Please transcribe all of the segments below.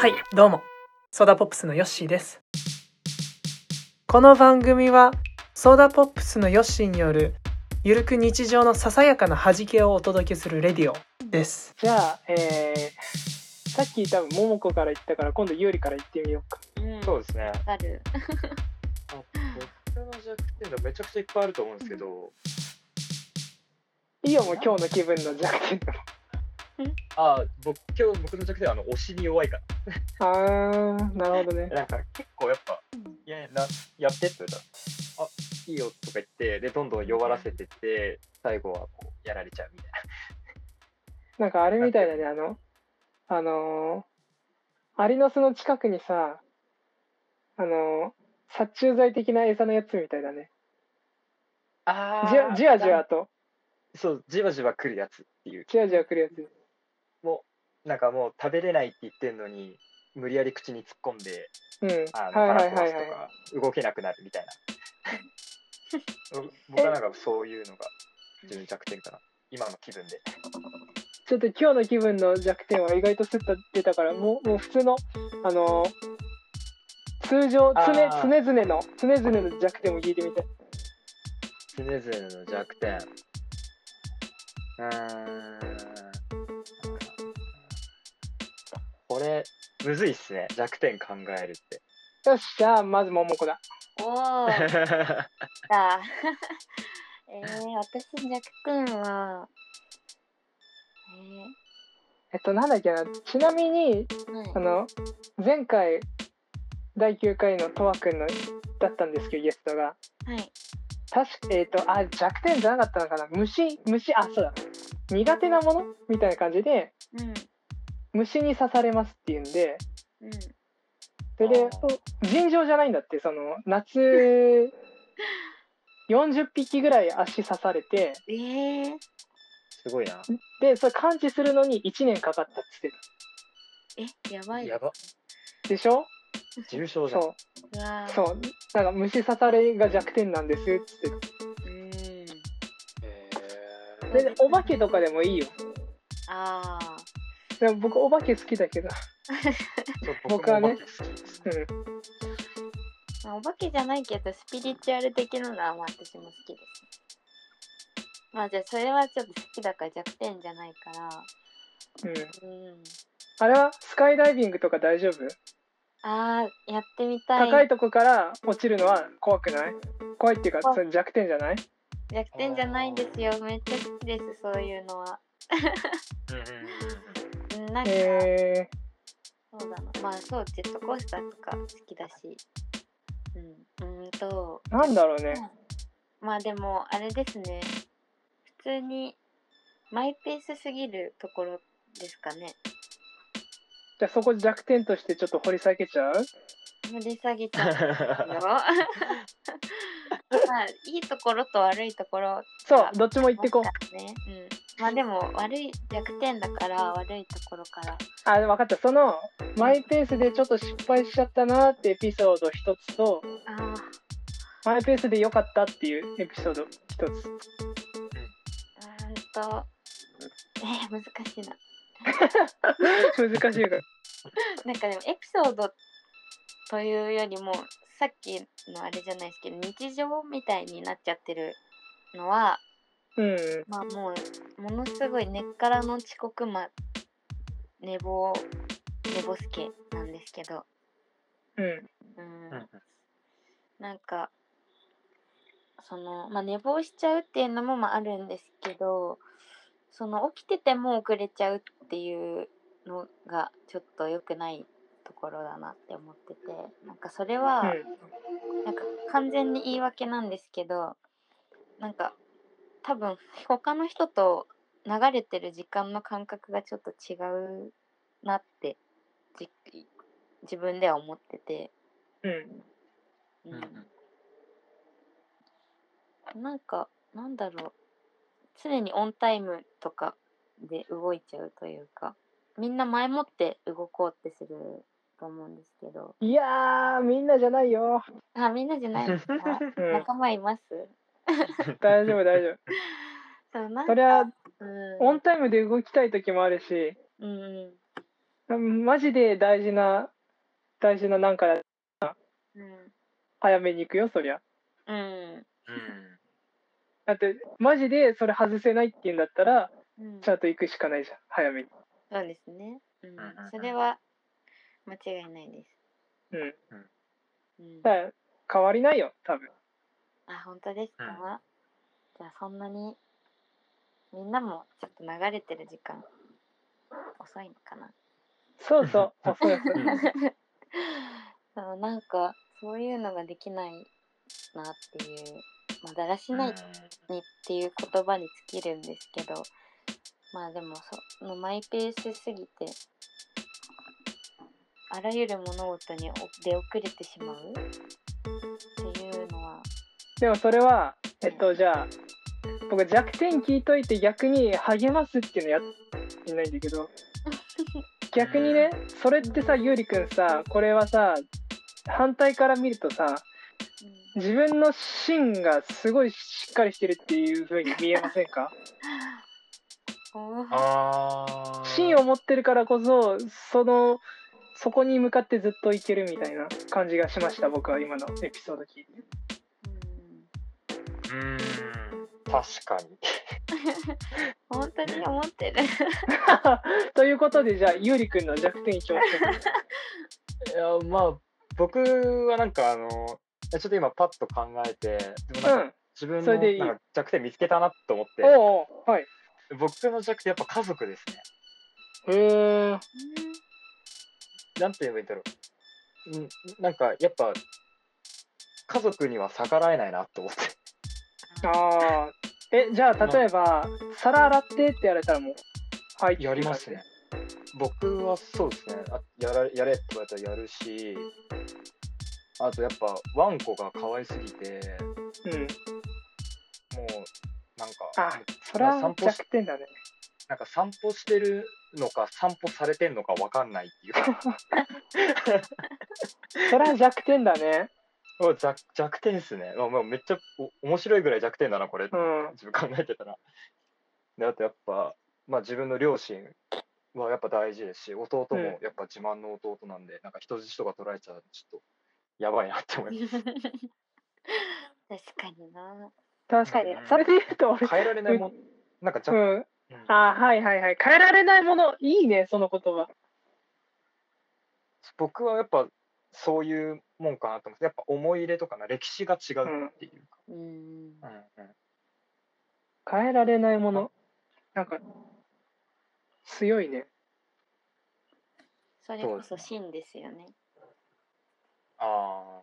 はいどうもソーダポップスのヨッシーですこの番組はソーダポップスのヨッシーによるゆるく日常のささやかな弾けをお届けするレディオですじゃあ、えー、さっき多分ももこから言ったから今度ゆうりから言ってみようかうん、そうですね。あ る。あ僕の弱点がめちゃくちゃいっぱいあると思うんですけど、いいよもう今日の気分の弱点だあ僕今日僕の弱点はあの推しに弱いかあーなるほどねら、なんか結構やっぱ、いやなやってって言われたら、あいいよとか言って、でどんどん弱らせてって、最後はこうやられちゃうみたいなんかあれみたいだねあのあのー、アリの巣の近くにさあのー、殺虫剤的な餌のやつみたいだねな。じわじわじわ。とそうじわじわ来るやつっていう、じわじわくるやつなんかもう食べれないって言ってんのに、無理やり口に突っ込んで、うんあのはいはいはい腹は壊いすとか、動けなくなる みたいな。僕はなんかそういうのが自分の弱点かな。今の気分で。ちょっと今日の気分の弱点は意外とスッと出たからもうもう普通のあのー、通常常あー常々の常々の弱点も聞いてみて常々の弱点。うーん。これ、むずいっすね。弱点考えるって。よしじゃあまずももこだおお。 だ。えー、私の弱点は。えっとなんだっけなちなみにえー、はいあ。の前回第9回のとわくんのだったんですけどゲストがはい。確かえっ、とあ弱点じゃなかったのかな虫虫あそうだ苦手なものみたいな感じでうん。虫に刺されますっていうんでうん。それであー尋常じゃないんだってその夏 40匹ぐらい足刺されてえー、 すごいな。でそれ完治するのに1年かかったっつってたえ、やばい。やば。でしょ重症じゃん。そううわーそうなんか虫刺されが弱点なんですっつってたう。ん。へーでお化けとかでもいいよああ。でも僕お化け好きだけど、ーそう僕はねもお化け好きですうん、まあ、お化けじゃないけど、スピリチュアル的なのは、まあ、私も好きです。まあ、じゃあ、それはちょっと好きだから弱点じゃないから。うん、うん。あれはスカイダイビングとか大丈夫、ああ、やってみたい。高いとこから落ちるのは怖くない怖いっていうか怖いそれ弱点じゃない弱点じゃないんですよ。めっちゃ好きです、そういうのは。うんうんうんうんうんなんか、へえそうだな。まあそう、ジェットコースターとか好きだし。うん。うーんと、ー、なんだろうねまあでも、あれですね。普通に、マイペースすぎるところですかね。じゃあそこ弱点としてちょっと掘り下げちゃう無理下げち ゃうよ。まあ、いいところと悪いところそうどっちも行ってこうね。うん。まあでも、悪い、弱点だから、悪いところから。あ分かったそのマイペースでちょっと失敗しちゃったなーってエピソード一つとああ、マイペースで良かったっていうエピソード一つうーんと、えー、難しいな。 難しいからなんかでもエピソードというよりもさっきのあれじゃないですけど日常みたいになっちゃってるのはうんまあもうものすごい根っからの遅刻魔寝坊寝坊助なんですけどうんうん、うんなんかそのまあ寝坊しちゃうっていうのもまああるんですけどその起きてても遅れちゃうっていうのがちょっと良くないところだなって思っててなんかそれは、なんか完全に言い訳なんですけどなんか多分他の人と流れてる時間の感覚がちょっと違うなってじ自分では思ってて、うんううんんうんなんかなんだろう常にオンタイムとかで動いちゃうというかみんな前もって動こうってすると思うんですけどうんいやーみんなじゃないよ、あみんなじゃないのかなうん、仲間います大丈夫大 丈夫そうなんかそりゃうんオンタイムで動きたい時もあるしうんうんマジで大事な大事ななんかうん。早めに行くよそりゃうん。うん。だってマジでそれ外せないって言うんだったらうんちゃんと行くしかないじゃん早めにそうですね。うんうんうん。それは間違いないです。うんうん。だから変わりないよ多分あ、本当ですかじゃあそんなに、みんなもちょっと流れてる時間、遅いの かな。そう そう遅い遅いそうなんか、そういうのができないなっていう、まあ、だらしないにっていう言葉に尽きるんですけどまあでもそのマイペースすぎてあらゆる物事にお出遅れてしまうっていうのはでもそれはえっとじゃあ僕弱点聞いといて逆に励ますっていうのやってないんだけ ど逆にねそれってさゆうりくんさこれはさ反対から見るとさ自分の芯がすごいしっかりしてるっていう風に見えませんかうんおーああ。芯を持ってるからこそそのそこに向かってずっといけるみたいな感じがしました僕は今のエピソード聞いてうんうん。確かに。本当に思ってる ということでじゃあゆうりくんの弱点いきましょういや、まあ、僕はなんかあの、ちょっと今パッと考えて、でもなんうかん自分それのでいいなんか弱点見つけたなと思って、おうおうはい僕の弱点やっぱ家族ですね。へえなんて言えばいいんだろう。んなんかやっぱ、家族には逆らえないなと思って。 ああえじゃあ例えば皿洗ってって言われたらもうはいっていうやりますね。僕はそうですね。あやらやれって言われたらやるし、あとやっぱワンコが可愛すぎて、感じうんもうなんあか、それは散歩し弱点だねなんか散歩してるのか散歩されてんのかわかんないっていうか それは弱点だねもう弱弱点ですね。まあまあめっちゃお面白いぐらい弱点だなこれ。うん自分考えてたら。であとやっぱ、まあ、自分の両親はやっぱ大事ですし弟うんもやっぱ自慢の弟なんで、なんか人質とか取られちゃうとちょっとやばいなって思います。確かにな確かにうんそれで言うと俺変えられないもん、なんかじゃ、うんうんあーはいはいはい変えられないものいいねその言葉僕はやっぱそういうもんかなと思ってやっぱ思い入れとかな歴史が違うっていうか。うんうんうん変えられないものなんか強いねそれこそ真ですよねああ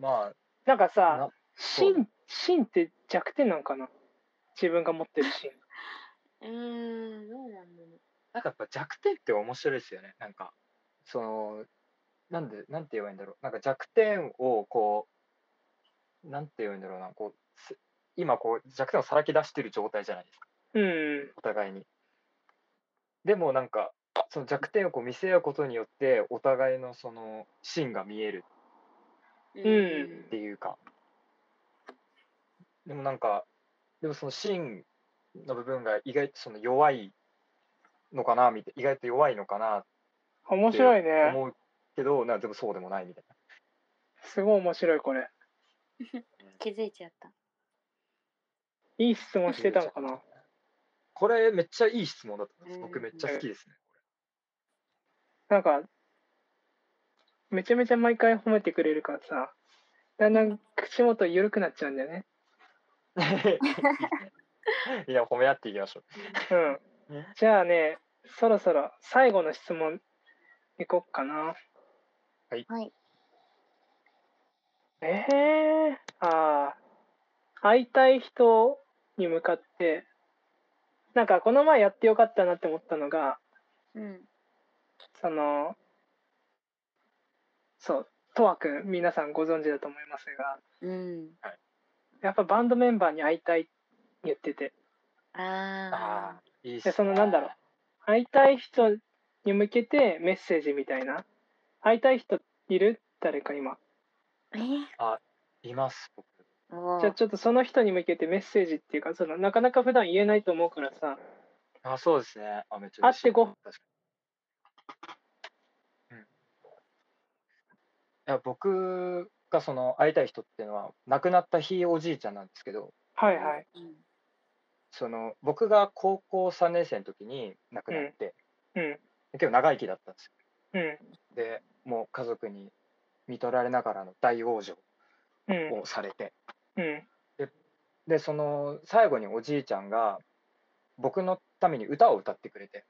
まなんかあさな芯芯って弱点なんかな自分が持ってる芯うーんどうなんだろうなんかやっぱ弱点って面白いですよねなんかそのなんでなんて言えばいいんだろうなんか弱点をこうなんて言えばいいんだろうなこうす今こう弱点をさらけ出してる状態じゃないですか うんお互いにでもなんかその弱点をこう見せ合うことによってお互いのその芯が見えるうんっていうかでもなんかでもその芯の部分が意外とその弱いのかなみたい意外と弱いのかな面白いね思うけど、なんかでもそうでもないみたいすごい面白いこれ気づいちゃったいい質問な。してたのかなこれめっちゃいい質問だったんです。うん僕めっちゃ好きですね。なんかめちゃめちゃ毎回褒めてくれるからさだんだん口元緩くなっちゃうんだよね いや、褒め合っていきま しょうんう。ねじゃあねそろそろ最後の質問いこっかなはいええああ、会いたい人に向かって、なんかこの前やってよかったなって思ったのが、うんその、そう、とわくん、皆さんご存知だと思いますが、うんやっぱバンドメンバーに会いたいって言ってて、あああ、いいっすでそのなんだろう会いたい人に向けてメッセージみたいな、会いたい人いる誰か今。あ。えーいます、僕。おじゃあーちょっとその人に向けてメッセージっていうか、そのなかなか普段言えないと思うからさ、あ、そうですね。あ、めっちゃ会嬉っしいてご確かいや僕がその会いたい人っていうのは亡くなったひいおじいちゃんなんですけどはいはい。うんその僕が高校3年生の時に亡くなって、うん。結構長生きだったんですようん。でもう家族に見とられながらの大往生うん。をされてうん。でその最後におじいちゃんが僕のために歌を歌ってくれて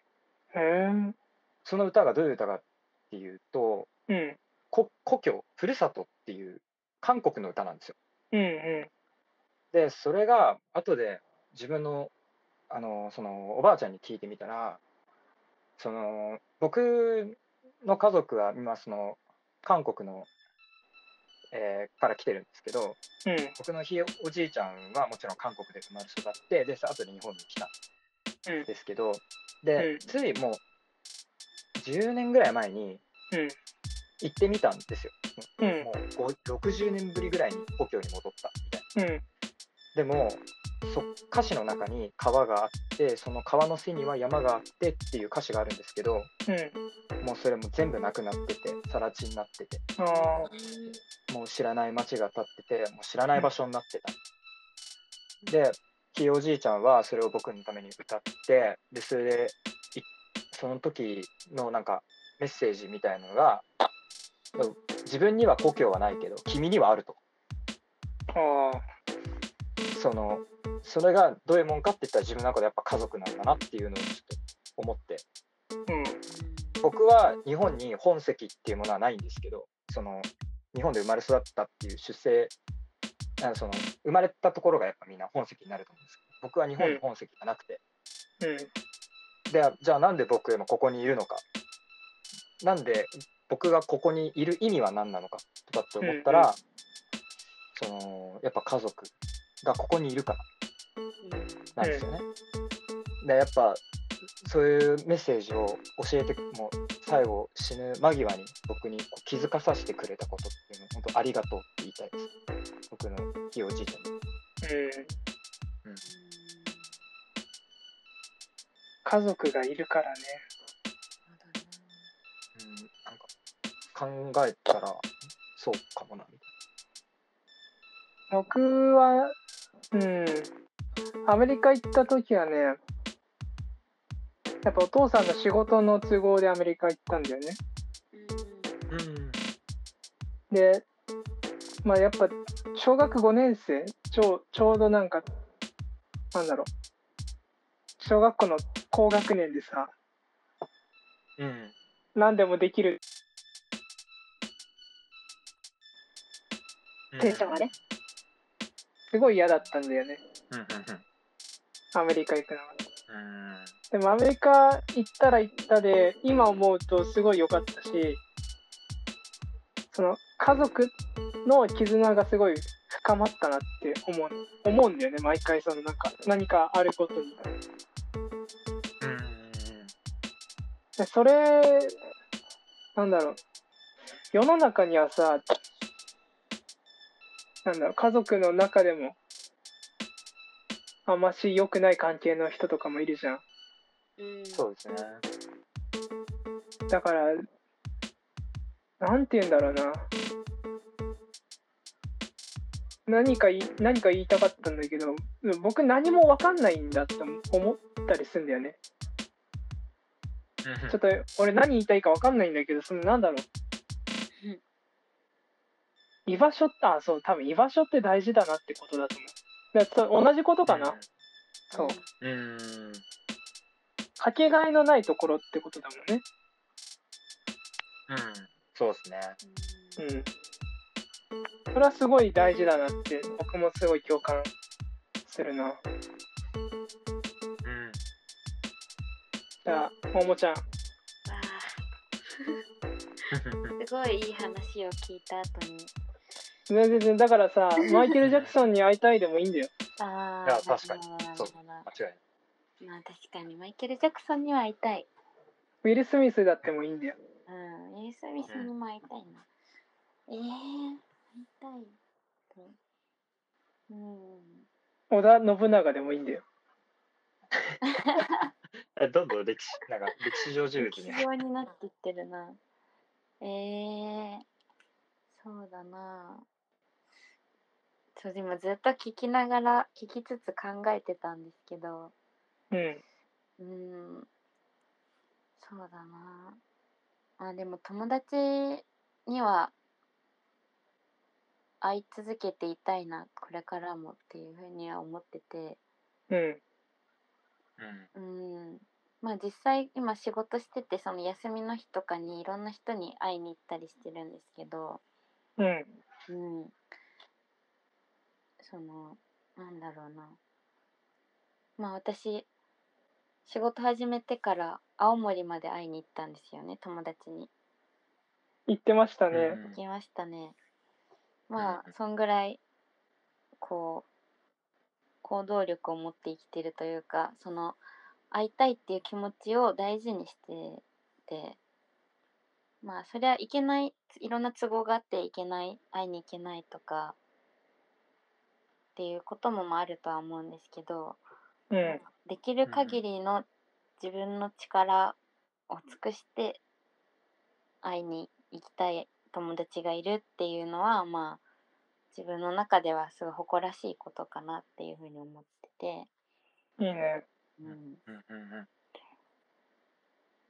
へーその歌がどういう歌かっていうとうん。こ故郷ふるさとっていう韓国の歌なんですようん。うでそれが後で自分のあのそのおばあちゃんに聞いてみたらその僕の家族は今その韓国の、えーから来てるんですけん。どうん。僕のひいおじいちゃんはもちろん韓国で生まれ育ってで後で日本に来たうんんですけどで、うんついもう10年ぐらい前にうん。行ってみたんですよ、うんもうご60年ぶりぐらいに故郷に戻ったみたいな。うん。でもそ歌詞の中に川があってその川の背には山があってっていう歌詞があるんですけどうん。もうそれも全部なくなってて更地になっててああ。もう知らない町が立っててもう知らない場所になってた。でひいおじいちゃんはそれを僕のために歌ってでそれでいその時のなんかメッセージみたいのが自分には故郷はないけど君にはあると。ああ。そのそれがどういうもんかって言ったら自分の中でやっぱ家族なんだなっていうのをちょっと思ってうん。僕は日本に本籍っていうものはないんですけどその日本で生まれ育ったっていう出生あその生まれたところがやっぱみんな本籍になると思うんですけど僕は日本に本籍がなくて、うでじゃあなんで僕今ここにいるのかなんで僕がここにいる意味は何なのかとかって思ったら、そのやっぱ家族がここにいるからなんですよね。でやっぱそういうメッセージを教えてもう最後死ぬ間際に僕にこう気づかさせてくれたことっていうの本当ありがとうって言いたいです僕のひいおじいちゃんに。ん。うん。家族がいるからね。うん、なんか考えたらそうかもなみ僕は、うん、アメリカ行った時はね、やっぱお父さんの仕事の都合でアメリカ行ったんだよね。たいな。うんで、まあやっぱ小学5年生、ちょうちょうどなんか、なんだろう、小学校の高学年でさ、うん何でもできる。うんテンションあれすごい嫌だったんだよね、うんうアメリカ行くのは。んうんうんでもアメリカ行ったら行ったで今思うとすごい良かったしその家族の絆がすごい深まったなって思う思うんだよね毎回そのなんか何かあることにうんうんでそれなんだろう世の中にはさなんだろう家族の中でもあんまし良くない関係の人とかもいるじゃんそうですね。だから、なんて言うんだろうな。何かい何か言いたかったんだけど、僕何も分かんないんだって思ったりするんだよね。ちょ っと俺何言いたいか分かんないんだけど、そのなんだろうんう。居場所って、あ、そう、多分居場所って大事だなってことだと思う。だからそう同じことかな。そう。うんかけがえのないところってことだもんね。うんそうですね。うん。それはすごい大事だなって、僕もすごい共感するな。うんじゃあ、ももちゃん。すごいいい話を聞いた後に。全然全然、だから さ、マイケル・ジャクソンに会いたいでもいいんだよ。あいあや、確かになるほどそうなるほ間違いない。どまあ確かに、マイケル・ジャクソンには会いたい。ウィル・スミスだってもいいんだよ。うん、ウィル・スミスにも会いたいな。ええー、会いたい。うん。織田信長でもいいんだよ。えどんどん歴史なんか歴史上人物必に。要になっていってるな。えー、そうだなそうでもずっと聞きながら聞きつつ考えてたんですけどうん。うんそうだなあでも友達には会い続けていたいなこれからもっていうふうには思っててうん。うんうんまあ実際今仕事しててその休みの日とかにいろんな人に会いに行ったりしてるんですけど、うん。うん、そのなんだろうなまあ私仕事始めてから青森まで会いに行ったんですよね友達に言ってましたうね。ん行きましたねまうんうあんそんぐらいこう行動力を持って生きてるというかその会いたいっていう気持ちを大事にしててまあそりゃいけないいろんな都合があっていけない会いに行けないとかっていうこともまああるとは思うんですけどうん。できる限りの自分の力を尽くして会いに行きたい友達がいるっていうのはまあ自分の中ではすごい誇らしいことかなっていうふうに思ってて、いいね。うんうんうん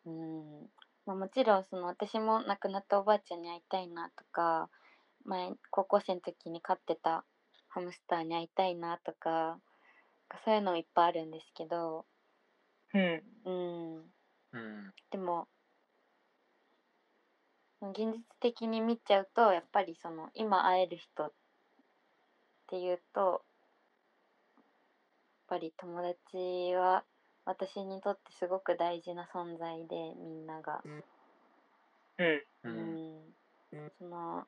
うんうんまあ、もちろんその私も亡くなったおばあちゃんに会いたいなとか前高校生の時に飼ってたハムスターに会いたいなとかそういうのもいっぱいあるんですけど、うん。うん、うんでも現実的に見ちゃうとやっぱりその今会える人っていうとやっぱり友達は私にとってすごく大事な存在でみんなが、うん。ううんん、その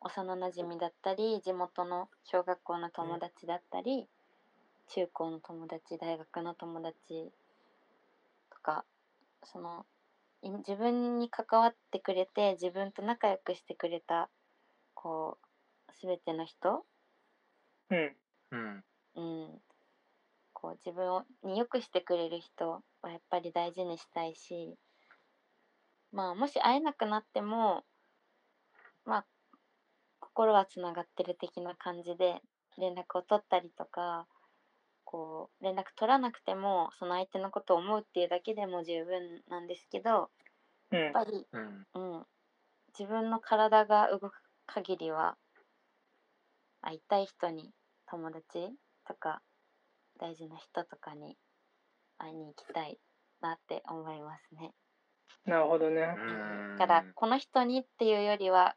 幼なじみだったり地元の小学校の友達だったり、中高の友達大学の友達とかそのい自分に関わってくれて自分と仲良くしてくれたこう全ての人、うん。うんうん、こう自分をによくしてくれる人はやっぱり大事にしたいしまあもし会えなくなってもまあ心はつながってる的な感じで連絡を取ったりとかこう連絡取らなくてもその相手のことを思うっていうだけでも十分なんですけどうんやっぱり、うんうん、自分の体が動く限りは会いたい人に友達とか大事な人とかに会いに行きたいなって思いますね。なるほどね。うんだからこの人にっていうよりは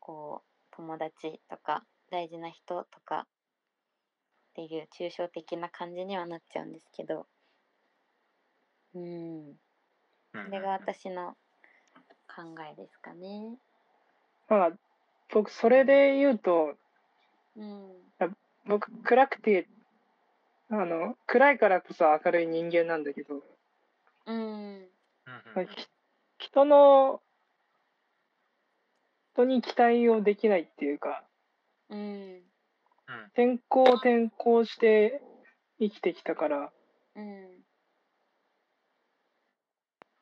こう友達とか大事な人とかっていう抽象的な感じにはなっちゃうんですけどうんそれが私の考えですかね。まあ、僕、それで言うと、うん、僕、暗くて、あの、暗いからこそ明るい人間なんだけど、うん、うんうんひ人の、人に期待をできないっていうか、うん、転校転校して生きてきたから、うん、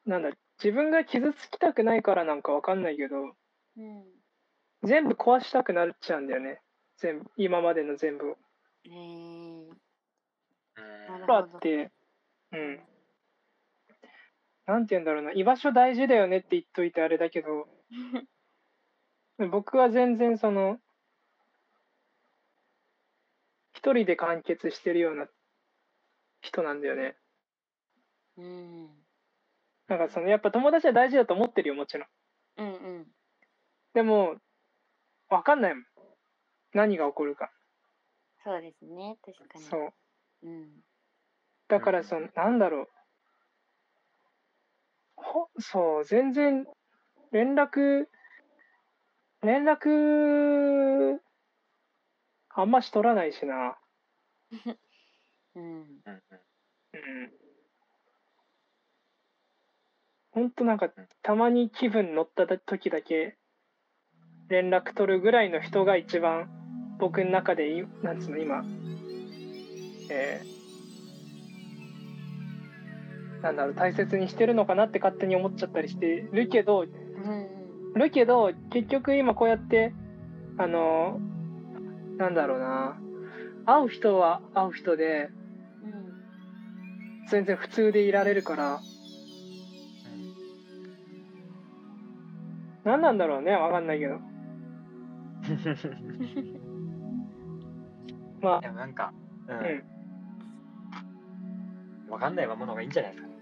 なんだ、自分が傷つきたくないからなんかわかんないけど、うん。全部壊したくなっちゃうんだよね。全部、今までの全部を。えー、うんなる空ほっど。て、うん。なんて言うんだろうな、居場所大事だよねって言っといてあれだけ ど、僕は全然その、一人で完結してるような人なんだよね。うん、なんかその、やっぱ友達は大事だと思ってるよ、もちろん。うん、うん。でも、わかんないもん。何が起こるか。そうですね、確かに。そう。う。ん、だからその、なんだろう。ほそう、全然、連絡、連絡、あんまし取らないしな。うん、うんうんうん。ほんとなんかうん、たまに気分乗った時だけ、連絡取るぐらいの人が一番、僕の中でい、なんつうの、今、えーなんだろう、大切にしてるのかなって勝手に思っちゃったりしてるけど、うん、だけど結局今こうやってあのなんだろうな会う人は会う人でうん全然普通でいられるから何なんだろうねわかんないけどまいやなんか、うあんうんわかんないままの方がいいんじゃないですかね。